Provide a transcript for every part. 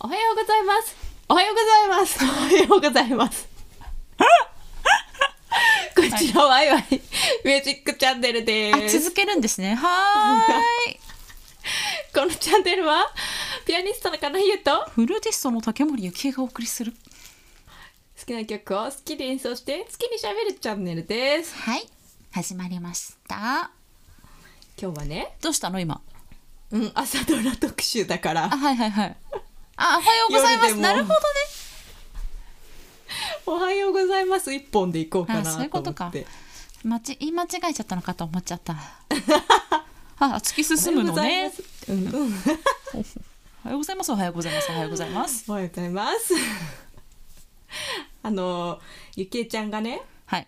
おはようございます。おはようございます。おはようござい ます。こちらワイワイミュージックチャンネルであす。続けるんですねは ーいこのチャンネルはピアニストの金井優と好フルーティストの竹森幸恵がお送りするきな曲を好きで演奏して好きに喋るチャンネルです。はい始まりました今日はね、どうしたの今うん、朝ドラ特集だからあはいはいはいあおはようございま夜すでもなるほどねおはようございます一本でいこうかなあとそう思いっうことかて。間ち言い間違えちゃったのかと思っちゃった あ突き進むのおねはようございます。うんうん。おはようございますおはようございますおはようございますおはようございます。 あのゆきえちゃんがね。はい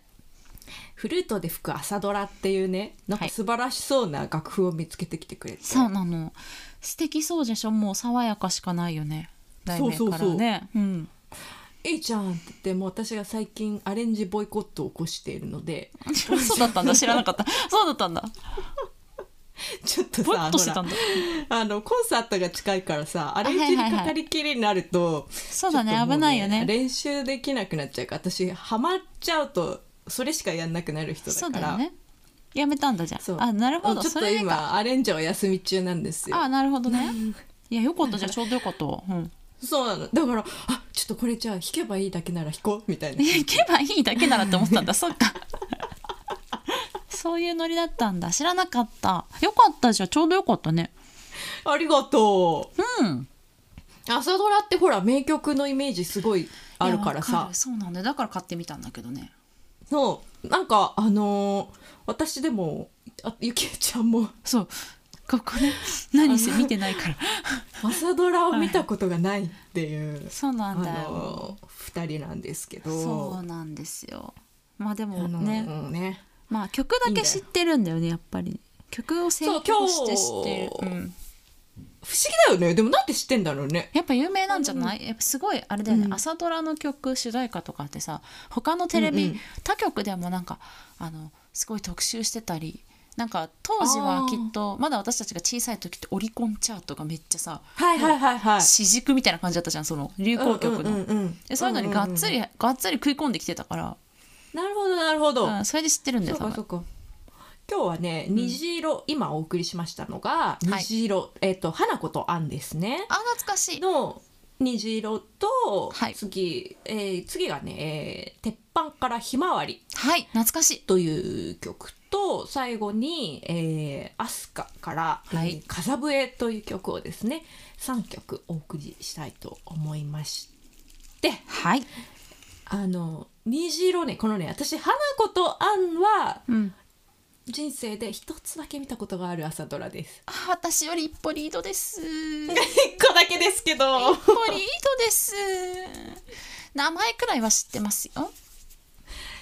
フルートで吹く朝ドラっていうねなんかはい素晴らしそうな楽譜を見つけてきてくれて、そうなの素敵そうでしょもう爽やかしかないよね題名そうかそうらそうねうんいいじゃんって言ってもう私が最近アレンジボイコットを起こしているの で そうだったんだ知らなかったそうだったん だちょっとぼさっとしてたんだほらあのコンサートが近いからさアレンジにかかりきりになるとそうちょだっともうね危ないよね練習できなくなっちゃうから私ハマっちゃうとそれしかやんなくなる人だからそうだよねやめたんだじゃそうんあなるほどちょっそとれでか今アレンジお休み中なんですよあなるほど ねいやよかったじゃあちょうどよかったわうんそうなのだからあちょっとこれじゃあ弾けばいいだけなら弾こうみたいな行けばいいだけならって思ってたんだそっか そういうノリだったんだ知らなかったよかったじゃあちょうどよかったねありがとううん朝ドラってほら名曲のイメージすごいあるからいやわさるそうなんだよだから買ってみたんだけどねそうなんかあのー私でもあゆきえちゃん もそうこ こね何せ見てないから朝ドラを見たことがないっていう、そうなあんだよのー二人なんですけどそうなんですよまあであものーね、うんねまあ曲だけ知ってるんだよねやっぱり曲を成功して知ってそうる、今日うん不思議だよねでもなんで知ってんだろうねやっぱ有名なんじゃないやっぱすごいあれだよね、うん朝ドラの曲主題歌とかってさ他のテレビ、うんうん他局でもなんかあのすごい特集してたりなんか当時はきっとまだ私たちが小さい時ってオリコンチャートがめっちゃさはいはいはいはい主軸みたいな感じだったじゃんその流行曲の。でそういうのにがっつり、がっつり食い込んできてたから、なるほどなるほど、うん、それで知ってるんだそよう多かそ分うか今日はね虹色、今お送りしましたのがい虹色、えっ、と花子とアンですねあ懐かしいの虹色と、はい次、えー次がね、えー鉄板からひまわりはい懐かしい」という曲と最後に、えー、アスカから、はいえー風笛という曲をですね3曲お送りしたいと思いましてはい、あの虹色ねこのね私花子とアンはうん、人生で一つだけ見たことがある朝ドラですあ私より一歩リー ドです。一歩一個だけですけどリードです。名前くらいは知ってますよ。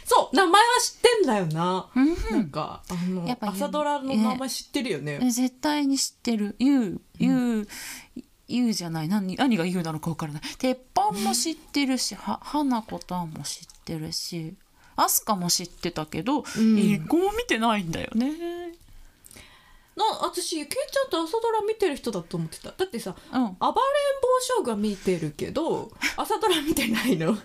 そう名前は知ってんだよなうなんん、かあのやっぱ朝ドラの名前知ってるよね。絶対に知ってる。ゆう、ゆう、ゆうじゃない。何、何がゆうなのかわからない。鉄板も知ってるし、は、花子とあんも知ってるし。アスカも知ってたけど、ん一個も見てないんだよね。な私ゆきえちゃんと朝ドラ見てる人だと思ってた。だってさうん、暴れん坊将軍は見てるけど 朝ドラ見てないの。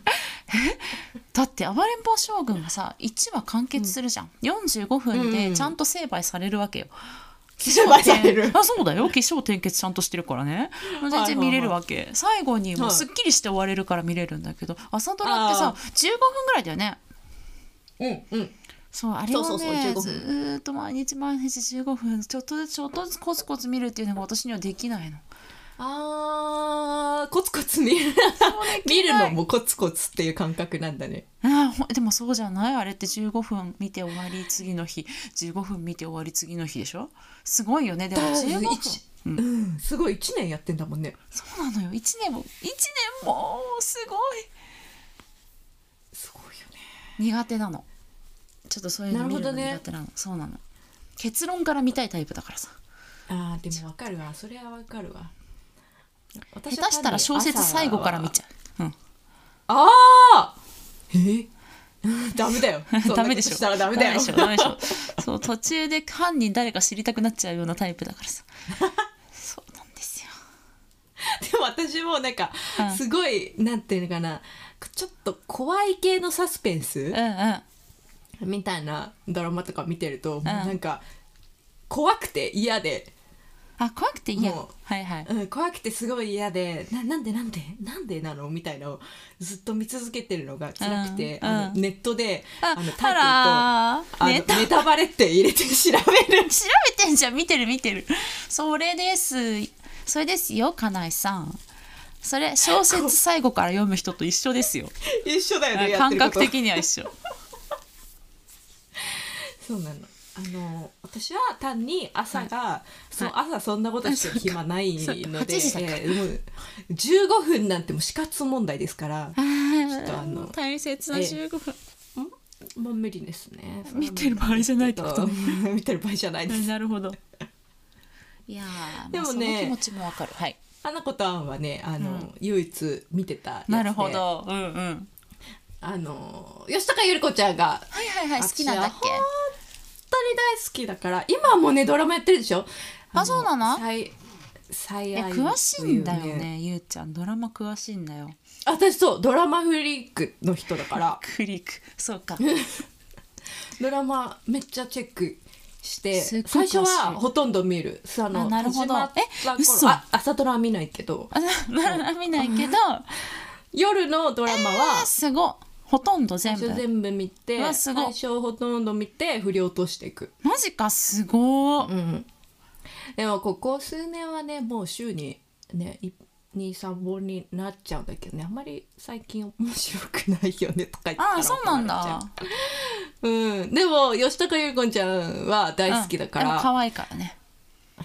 だって暴れん坊将軍がさ1話完結するじゃん、45分うんうでんちゃんと成敗されるわけよ、成敗されるあそうだよ起承転結ちゃんとしてるからねもう全然見れるわけ、最後にもうすっきりして終われるから見れるんだけど、朝ドラってあさ15分ぐらいだよねうんうん。そうあれそをうそうそうね15分ずーっと毎日毎日15分ちょっとずつちょっとずつコツコツ見るっていうのが私にはでき ないのあーコツコツ見る見るのもコツコツっていう感覚なんだね。あーほでもそうじゃないあれって15分見て終わり次の日15分見て終わり次の日でしょすごいよねでも15分一うん、すごい1年やってんだもんねそうなのよ1年も1年もすごいすごいよね苦手なのちょっとそういうの見るなるのほどね苦手なのそうなの結論から見たいタイプだからさあーでもわかるわそれはわかるわ私下手したら小説最後から見ちゃう、うん、ああーえ ーダメだ よそんなことダメでしょしたらダメだよでしょダメでしょそう途中で犯 人誰か知りたくなっちゃうようなタイプだからさそうなんですよ でも私もなんかうんすごいなんていうのかなちょっと怖い系のサスペンスうんうんみたいなドラマとか見てるともうなんか怖くて嫌で、あ怖くて嫌もうはいはいうん、怖くてすごい嫌でななんでなんでなんでなのみたいなのをずっと見続けてるのが辛くて、うんあのうんネットであのああらのーネタネタバレって入れて調べる調べてんじゃん見てる見てるそれですそれですよ金井さんそれ小説最後から読む人と一緒ですよ一緒 だよねやって感ること覚的には一緒そうなの。あの私は単に朝が、そう朝そんなことしてる暇ないのそうで、かえそうか8時だからーもう15分なんてもう死活問題ですから、っとあの大切なええ15分、もう無理ですね。見てる場合じゃないってことねうん見てる場合じゃないです。な るほどいやーでもねまあその気持ちもわかるはい花子たんはね、あの、うん唯一見てたやつで、 なるほどうんうんはあの吉高由里子ちゃんがいはいはい好きなんだっ私は本当に大好きだから、今もねドラマやってるでしょ。あのそうなの最最けい愛やというね詳しいんだよねゆうちゃんドラマ詳しいんだよ私そうドラマフリークの人だからクリックそう かドラマめっちゃチェックしてすっご最い詳しい初はほとんど見るそうあのあなるほ始どまったえ頃嘘あ朝ドラは見ないけどあなな見ないけど夜のドラマあはすごいほとんど全最部初全部見てうわすごい最初ほとんど見て振り落としていく、マジかすごーうん、でもここ数年はねもう週にね23本になっちゃうんだけどねあんまり最近面白くないよねとか言ったらああそうなん怒られちゃだううん、でも吉高由里子ちゃんは大好きだかうんでら、も可愛いからね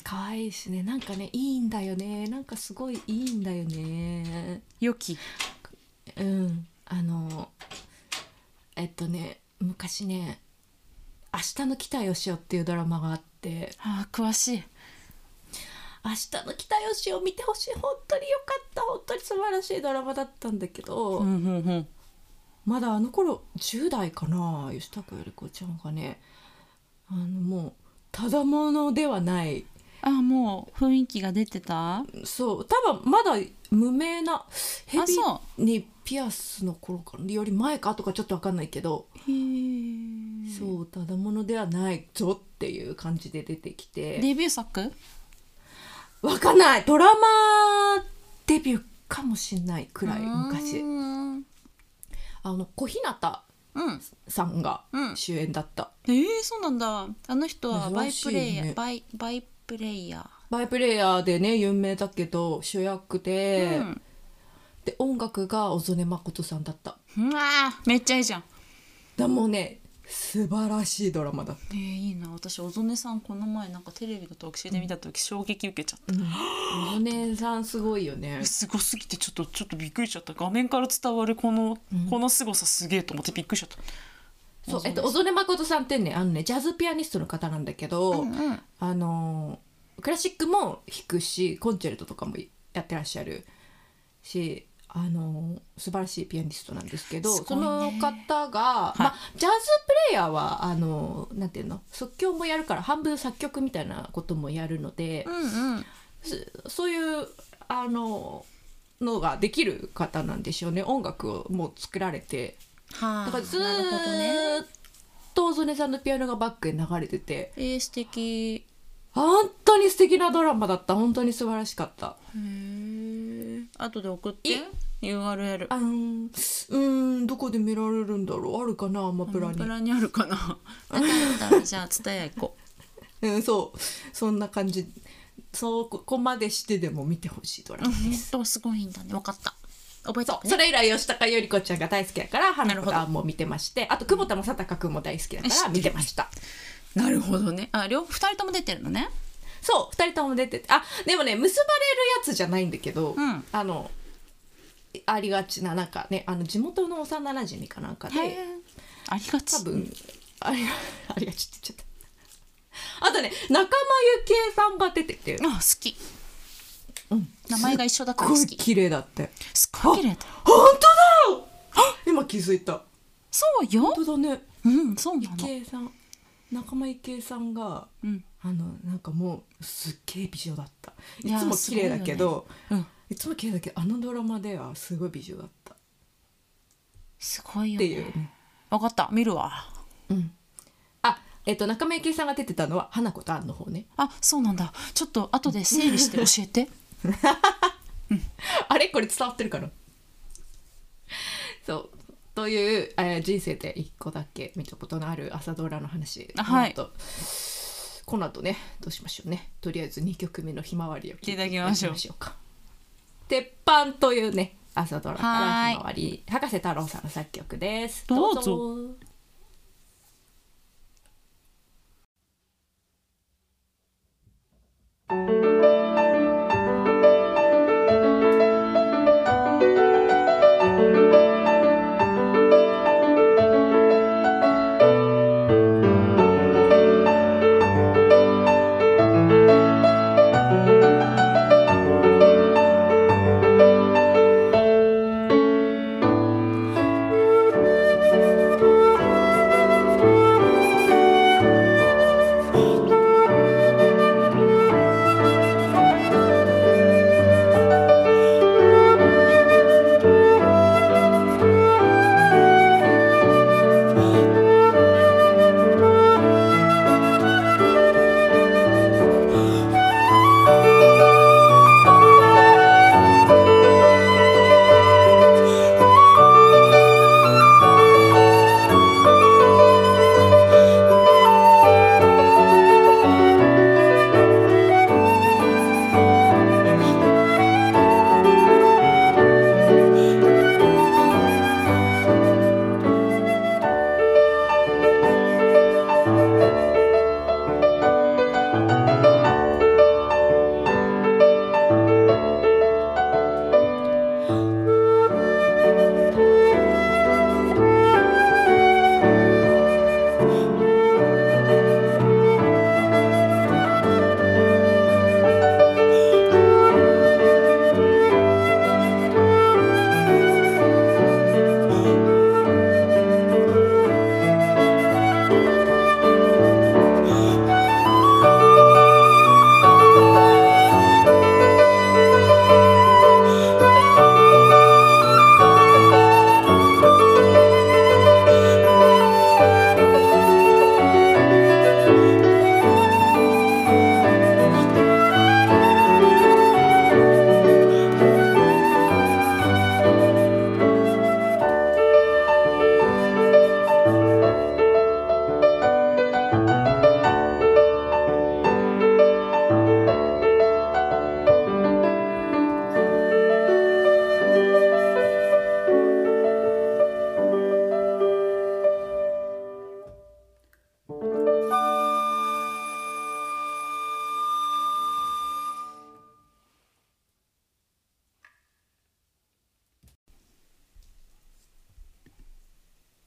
可愛いしねなんかねいいんだよねなんかすごいいいんだよね良きうんあのえっとね昔ね「明日の北よしお」っていうドラマがあってあー詳しい「明日の北よしお」見てほしい本当によかった本当に素晴らしいドラマだったんだけど、うんうんうんまだあの頃10代かな吉高由里子ちゃんがねあのもうただものではないあーもう雰囲気が出てたそう多分まだ無名なヘビそにピアスの頃かなより前かとかちょっと分かんないけど、へえそうただものではないぞっていう感じで出てきてデビュー作分かんないドラマデビューかもしんないくらい昔うんあの小日向うんさんがうん主演だった、えー、そうなんだあの人はバイ珍プしいねレイヤー、バイバイプレイヤバイプレイヤーでね有名だけど主役ー、で、で音楽が小曽根誠さんだったうんうわーめっちゃいいじゃんでもうね素晴らしいドラマだったえー、いいな私小曽根さんこの前なんかテレビの特集で見た時衝撃受けちゃったお姉さんすごいよねえ。すごすぎてちょっとちょっとびっくりしちゃった画面から伝わるこの、うんこの凄さすげえと思ってびっくりしちゃったそう小曽根えっと小曽根誠さんってねあのねジャズピアニストの方なんだけど、うんあのークラシックも弾くしコンチェルトとかもやってらっしゃるし。あのー素晴らしいピアニストなんですけどすごそいねの方が、いまあ、ジャズプレイヤーはあのーなんていうの即興もやるから半分作曲みたいなこともやるので、うんうんそそういうあののができる方なんでしょうね音楽をもう作られてはあだからずなるほどねーっと小曽根さんのピアノがバックに流れててえー、素敵本当に素敵なドラマだった本当に素晴らしかったへえ後で送ってい URL あのーうーんどこで見られるんだろうあるかなアマプラアマにプラにあるかななかったらじゃあ伝え行こうんそうそんな感じそこまでしてでも見てほしいドラ うマ本当すごいんだねわかった覚えたそうそれ以来吉高由里子ちゃんが大好きだから花子さんも見てましてあと久保田正孝君も大好きだから見てましたなるほどねあ両二人とも出てるのねそう2人とも出ててあでもね結ばれるやつじゃないんだけど、うんあのありがちななんかねあの地元の幼なじみかなんかで、へえありがち多分ありが ありがちって言っちゃったあとね仲間由紀恵さんが出てて、あ好きうん、名前が一緒だからすっ好ごいき綺麗だってすっごい綺麗だ本当だよ今気づいたそうよ本当だねうんそうな池の江さん仲間池江さんがうんあのなんかもうすっげえ美女だったいいやーつも綺麗だけどうんいつも聞いたけどあのドラマではすごい美女だったっすごいよていうねね分かった見るわあえっと中目幸さんが出てたのは花子とアンの方ねあそうなんだちょっと後で整理して教えてあれこれ伝わってるかなそうという、えー人生で一個だけ見たことのある朝ドラの話あはいこの後この後ねどうしましょうねとりあえず2曲目の「ひまわり」を聴いいただきましょういただきうか鉄板というね朝ドラかはらーい「ひまわり」博士太郎さんの作曲ですどうぞ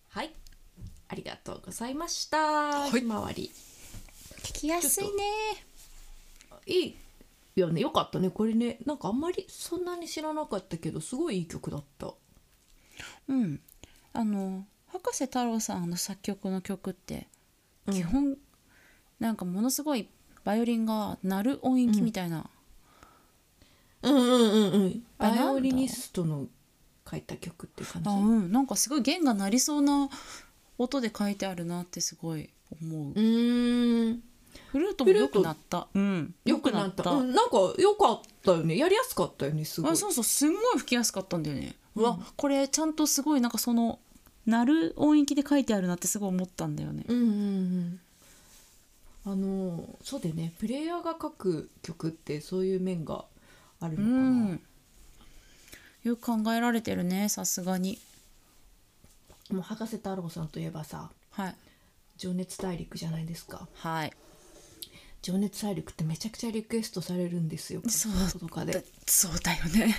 はいありがとうございました「ひまわり」 聞きやすいねねいいよねよかったねこれねなんかあんまりそんなに知らなかったけどすごいいい曲だったうん、あの博士太郎さんの作曲の曲って基本、なんかものすごいバイオリンが鳴る音域みたいな、うんうんうんうんあなバんだイオリニストの書いた曲っていう感じあうん、なんかすごい弦が鳴りそうな音で書いてあるなってすごい思う、うーんフルートもよくなった、うん、よくなったうん、なんかよかったよねやりやすかったよねすごいあそうそうすんごい吹きやすかったんだよね、うわこれちゃんとすごいなんかその鳴る音域で書いてあるなってすごい思ったんだよね、うんうんうんあのそうだよねプレイヤーが書く曲ってそういう面があるのうかな、ん、よく考えられてるねさすがにもう博士太郎さんといえばさはい「情熱大陸」じゃないですかはい「情熱大陸」ってめちゃくちゃリクエストされるんですよそうポッドキャストとかだでそうだよね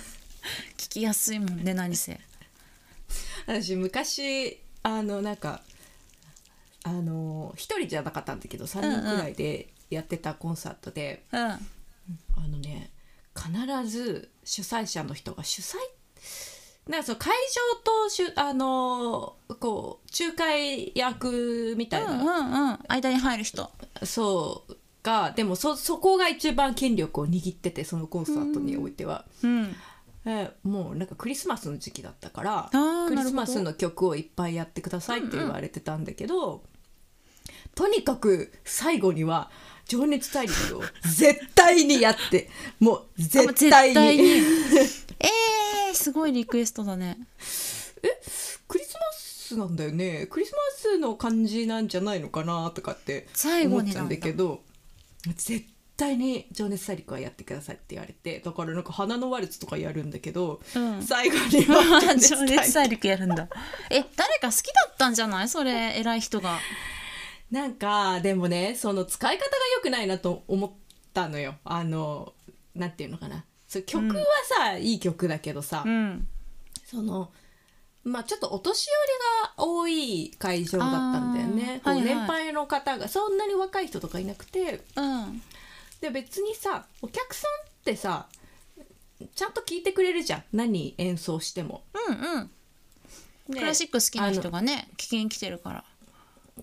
聞きやすいもんね何せ私昔あのなんかあの一人じゃなかったんだけど3人くらいでやってたコンサートで、うんあのね必ず主催者の人が主催なんかその会場と主あのこう仲介役みたいな、うんうん間に入る人そうかでもそそこが一番権力を握っててそのコンサートにおいては、うん、えーもうなんかクリスマスの時期だったからークリスマスなの曲をいっぱいやってくださいって言われてたんだけど、とにかく最後には「情熱大 陸」を絶対にやってもうるほど絶対にあもう絶対に えー、すごいリクエストだねクリスマスなんだよねクリスマスの感じなんじゃないのかなとかって最思後っにちゃうんなんだだけど絶対に「情熱大陸」はやってくださいって言われてだからなんか花のワルツとかやるんだけど、うん 最後には情熱大陸やるん だえ誰か好きだったんじゃないそれ偉い人がなんかでもねその使い方が良くないなと思ったのよあのなんていうのかなそう曲はさ、いい曲だけどさ、うんそのまあちょっとお年寄りが多い会場だったんだよね、あーこうはいはい年配の方がそんなに若い人とかいなくてうんで別にさお客さんってさちゃんと聞いてくれるじゃん何演奏しても。うんうんクラシック好きな人がね聞きに来てるから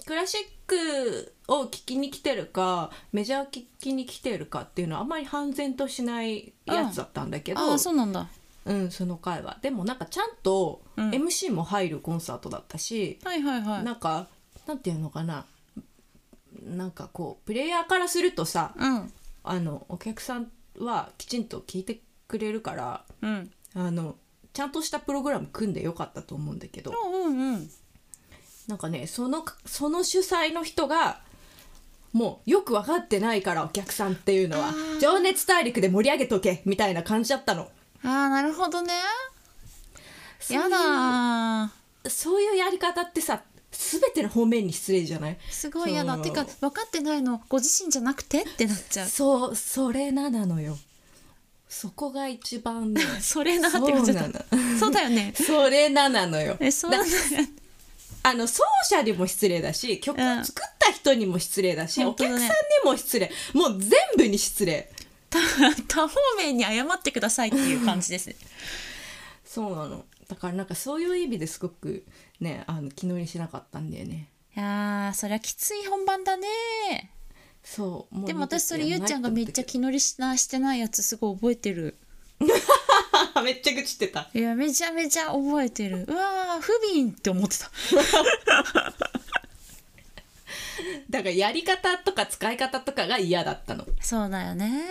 クラシックを聴きに来てるかメジャー聴きに来てるかっていうのはあんまり半然としないやつだったんだけど、ああそうなんだうん、その回はでもなんかちゃんとうん MC も入るコンサートだったし、はいはいはいなんかなんていうのかななんかこうプレイヤーからするとさうんあのお客さんはきちんと聞いてくれるからうんあのちゃんとしたプログラム組んでよかったと思うんだけどうんうんなんかねそのその主催の人がもうよく分かってないからお客さんっていうのはあー「情熱大陸で盛り上げとけ」みたいな感じだったの。ああなるほどねやだーそういうやり方ってさ全ての方面に失礼じゃないすごいやだそうてか分かってないのご自身じゃなくてってなっちゃうそうそれななのよそこが一番ね それなって感じだったそうなそうだ よねそれななのよえそうだよねあの奏者にも失礼だし曲を作った人にも失礼だし、うんお客さんに本も失礼もう全部に失礼多 多方面に謝ってくださいっていう感じですねそうなのだからなんかそういう意味ですごくねあの気乗りしなかったんだよねいやーそりゃきつい本番だねそうもうでも私それゆうちゃんがめっちゃ気気乗りしなしてないやつすごい覚えてる めっちゃ愚痴ってたいやめちゃめちゃ覚えてるうわー不憫って思ってただからやり方とか使い方とかが嫌だったの、そうだよね、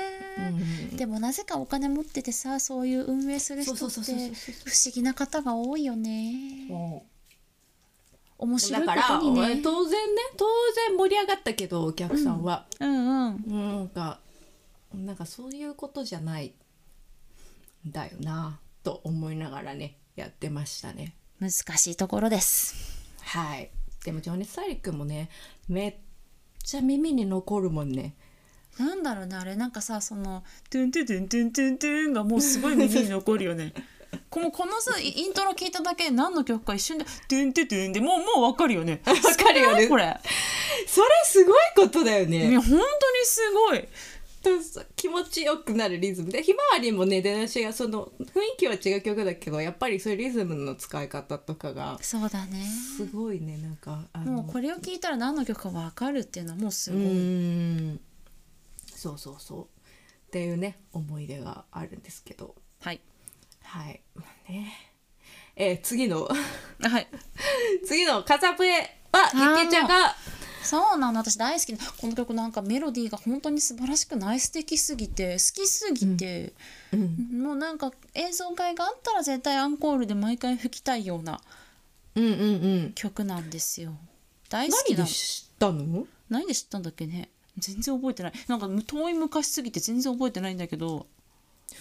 うんでもなぜかお金持っててさそういう運営する人ってそう不そう思そうそうそう議な方が多いよね面白だいこから、とに俺ね当然ね当然盛り上がったけどお客さんは、うんうんなんかなんかそういうことじゃないんだよなと思いながらねやってましたね難しいところですはいでも「情熱大陸」もねめっちゃ耳に残るもんねなんだろうねあれなんかさその「トゥントゥントゥントゥントゥントゥン」がもうすごい耳に残るよ ねこのこのさイイントロ聞いただけで何の曲か一瞬で「トゥントゥントゥン」でもうもうわかるよねわかるよねこれそれすごいことだよいねや本当にすごい気持ちよくなるリズムで「ひまわり」もね出だしがその雰囲気は違う曲だけどやっぱりそういうリズムの使い方とかがそうだねすごいねなんかあもうこれを聞いたら何の曲かわかるっていうのはもうすうごい、ーんそうそうそうっていうね思い出があるんですけどはいはいまあねえー次の はい次の「カサブエ」はあーゆきちゃんがそうなの私大好きなこの曲なんかメロディーが本当に素晴らしくない素敵すぎて好きすぎて、うんもうなんか映像会があったら絶対アンコールで毎回吹きたいようなうんうんうん曲なんですよ大好き何なでの知ったの何で知ったんだっけね全然覚えてないなんか遠い昔すぎて全然覚えてないんだけど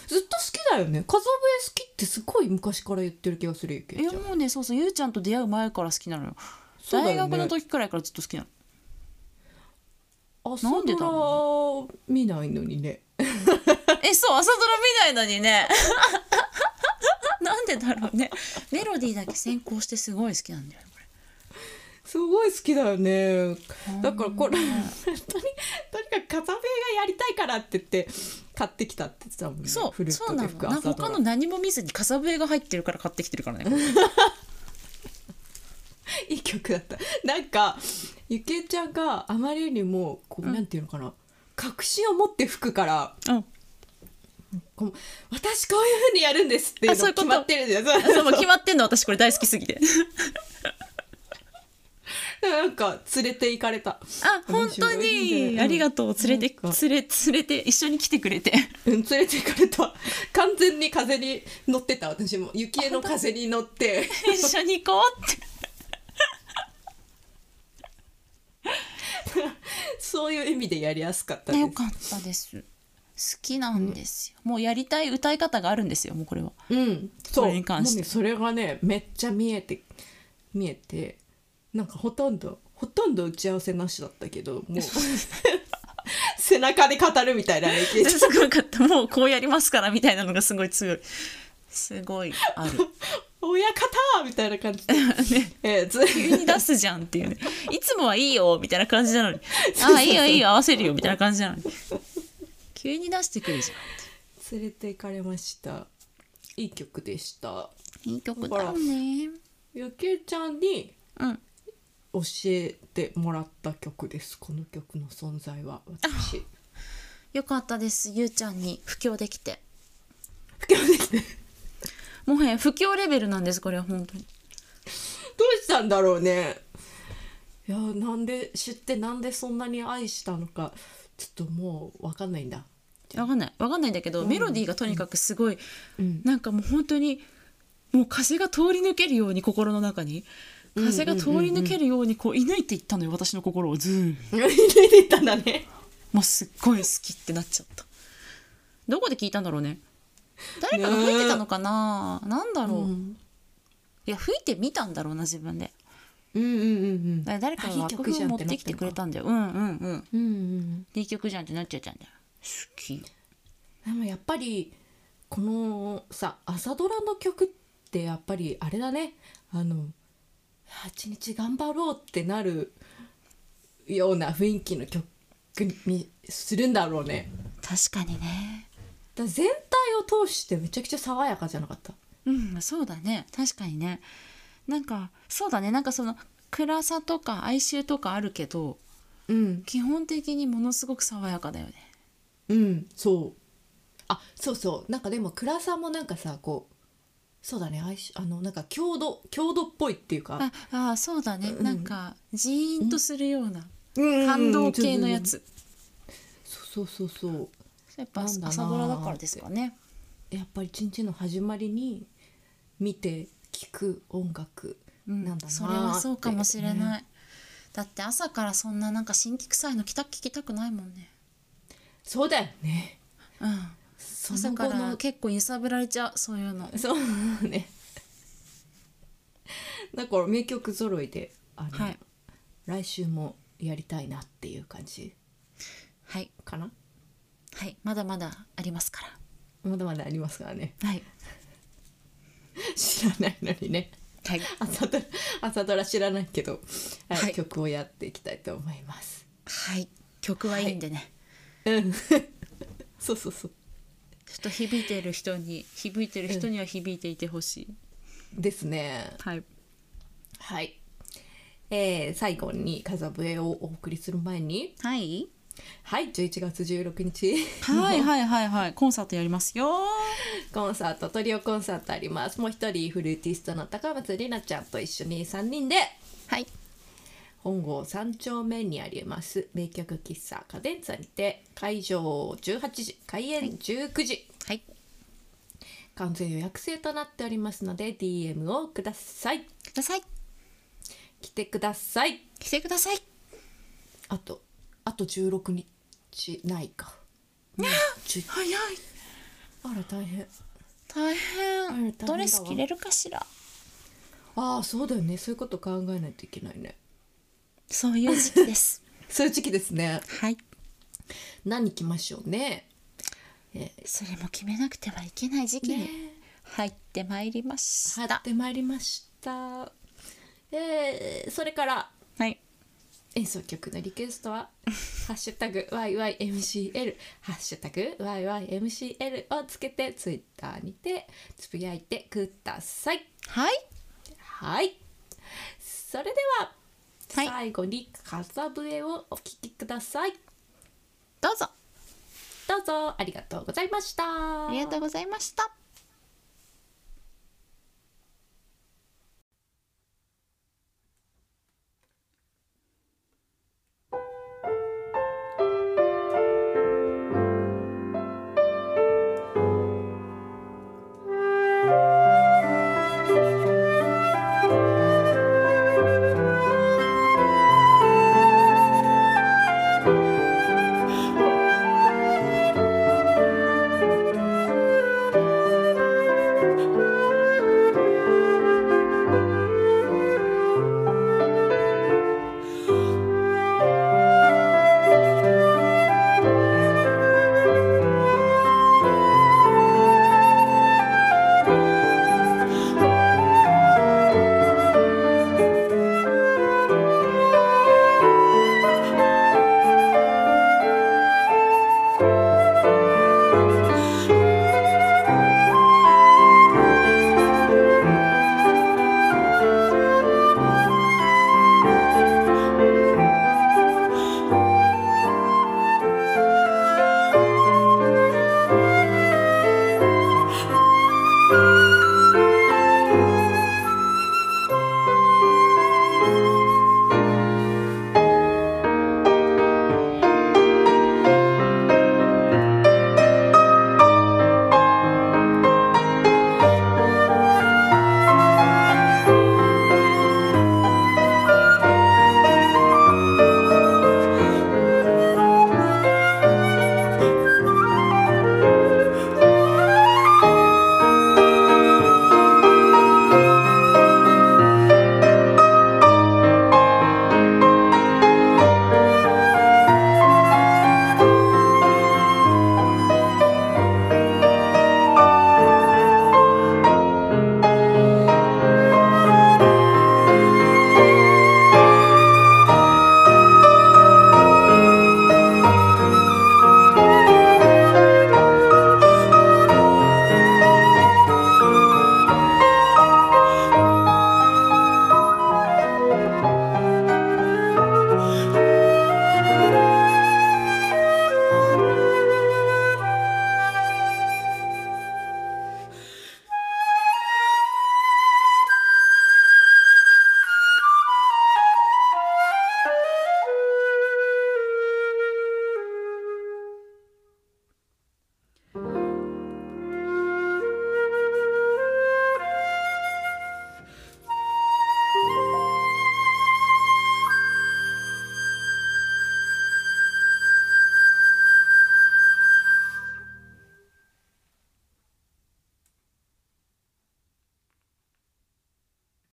ずっと好きだよね「カサブエ好き」ってすごい昔から言ってる気がするゆきいちゃやんもうねそうそうゆうちゃんと出会う前から好きなのよそうだ大よね学の時くらいからずっと好きなの朝なんでだドラ見ないのにねえそう朝ドラみたいのにね なんでだろうねメロディーだけ先行してすごい好きなんだよねこすごい好きだよねんだからこれ とにとにかくカサベがやりたいからって言って買ってきたって言ってたもんねれそフうルーそうトなで吹のくなん朝かド他ラの何も見ずにかさぶえが入ってるから買ってきてるからねこれいい曲だったなんかゆけちゃんがあまりにもこう、なんていうのかな確信を持って吹くからうんこう私こういうふうにやるんですっていうあそのういうこ決まとってるんですよそうもう決まってんの私これ大好きすぎ てなんか連れて行かれたあ本当にありがとう連れてなんか連れ連れて一緒に来てく れてうん連れて行かれた完全に風に乗ってた私も雪絵の風に乗 って一緒に行こうってそういう意味でやりやすかったでよすかったです好きなんですよ、もうやりたい歌い方があるんですよもうこれはうんそうこれに関してもうねそれがねめっちゃ見えて見えてなんかほとんどほとんど打ち合わせなしだったけども う背中で語るみたいな ねですごかったもうこうやりますからみたいなのがすごい強いすごいある親方みたいな感じ で、えーず急に出すじゃんっていうねいつもはいいよみたいな感じなのにああいいよいいよ合わせるよみたいな感じなのに急に出してくるじ連れて行かれましたいい曲でしたゃんいい曲だよねゆきえちゃんにうん教えてもらった曲ですこの曲の存在は 私よかったですゆうちゃんに布教できて不況できてどもはや布教レベルなんですこれは本当にうしたんだろうねいやなんで知ってなんでそんなに愛したのかちょっともうわかんないん だわかんないわかんないんだけど、メロディーがとにかくすごい、うんなんかもう本当にもう風が通り抜けるように心の中に風が通り抜けるようにこう射抜いていったのよ私の心をずーん入れていったんだねもうすっごい好きってなっちゃったどこで聞いたんだろうね誰かが吹いてたのかな、なんだろう、うんいや吹いてみたんだろうな自分でうんうんうんだから誰かあがいい楽曲譜じをゃん持っってなったのかてきてくれたんだようんうんうんうんうんいい曲じゃんってなっちゃったんだよ好きでもやっぱりこのさ朝ドラの曲ってやっぱりあれだねあの8日頑張ろうってなるような雰囲気の曲にするんだろうね確かにねだから全体を通してめちゃくちゃ爽やかじゃなかったうんそうだね確かにねなんかそうだねなんかその暗さとか哀愁とかあるけどうん基本的にものすごく爽やかだよねうんそうあそうそうなんかでも暗さもなんかさこうそうだねあいしあのなんか郷土郷土っぽいっていうかああそうだね、うんなんかジーンとするような感感動系のやつそうそうそうそうやっぱなんだなー朝ドラだからですかねやっぱり一日の始まりに見て聞く音楽うんなんだなーって、それはそうかもしれない、ねだって朝からそんななんか新規臭いの来た聞きたくないもんねそうだよねうんそ朝のか後らの結構揺さぶられちゃうそういうのそうね だから名曲揃いであの、はい来週もやりたいなっていう感じはいかなはいまだまだありますかまだまだありますからね らはい知らないのにねはい朝ドラ朝ドラ知らないけど、はいはい曲をやっていきたいと思いますはい曲はいいんでね、そうそうそうちょっと響いてる人に響いてる人には響いていてほしい、ですねはいはい、えー最後に「風笛」をお送りする前に はいはい11月16日 はいはいはいはいコンサートやりますよコンサートトリオコンサートありますもう一人フルーティストの高松里奈ちゃんと一緒に3人ではい本郷三丁目にあります名曲喫茶カデンツァにて会場18時開演19時、はい完全予約制となっておりますので DM をくださいください来てください来てくださいあとあと16日ないか10早いあら大変大あれ大変変だわドレス着れるかしらああそうだよねそういうこと考えないといけないねそういう時期ですそういう時期ですね はい何着ましょうねえそれも決めなくてはいけない時期に入ってまいりましー、た、やってまいりましたえー、それからはい演奏曲のリクエスト は「ハッシュタグ #YYMCL」「ハッシュタグ #YYMCL」をつけてツイッターにてつぶやいてくださいはいはいそれでは、はい最後に「風笛」をお聴きくださいどうぞどうぞありがとうございましたありがとうございました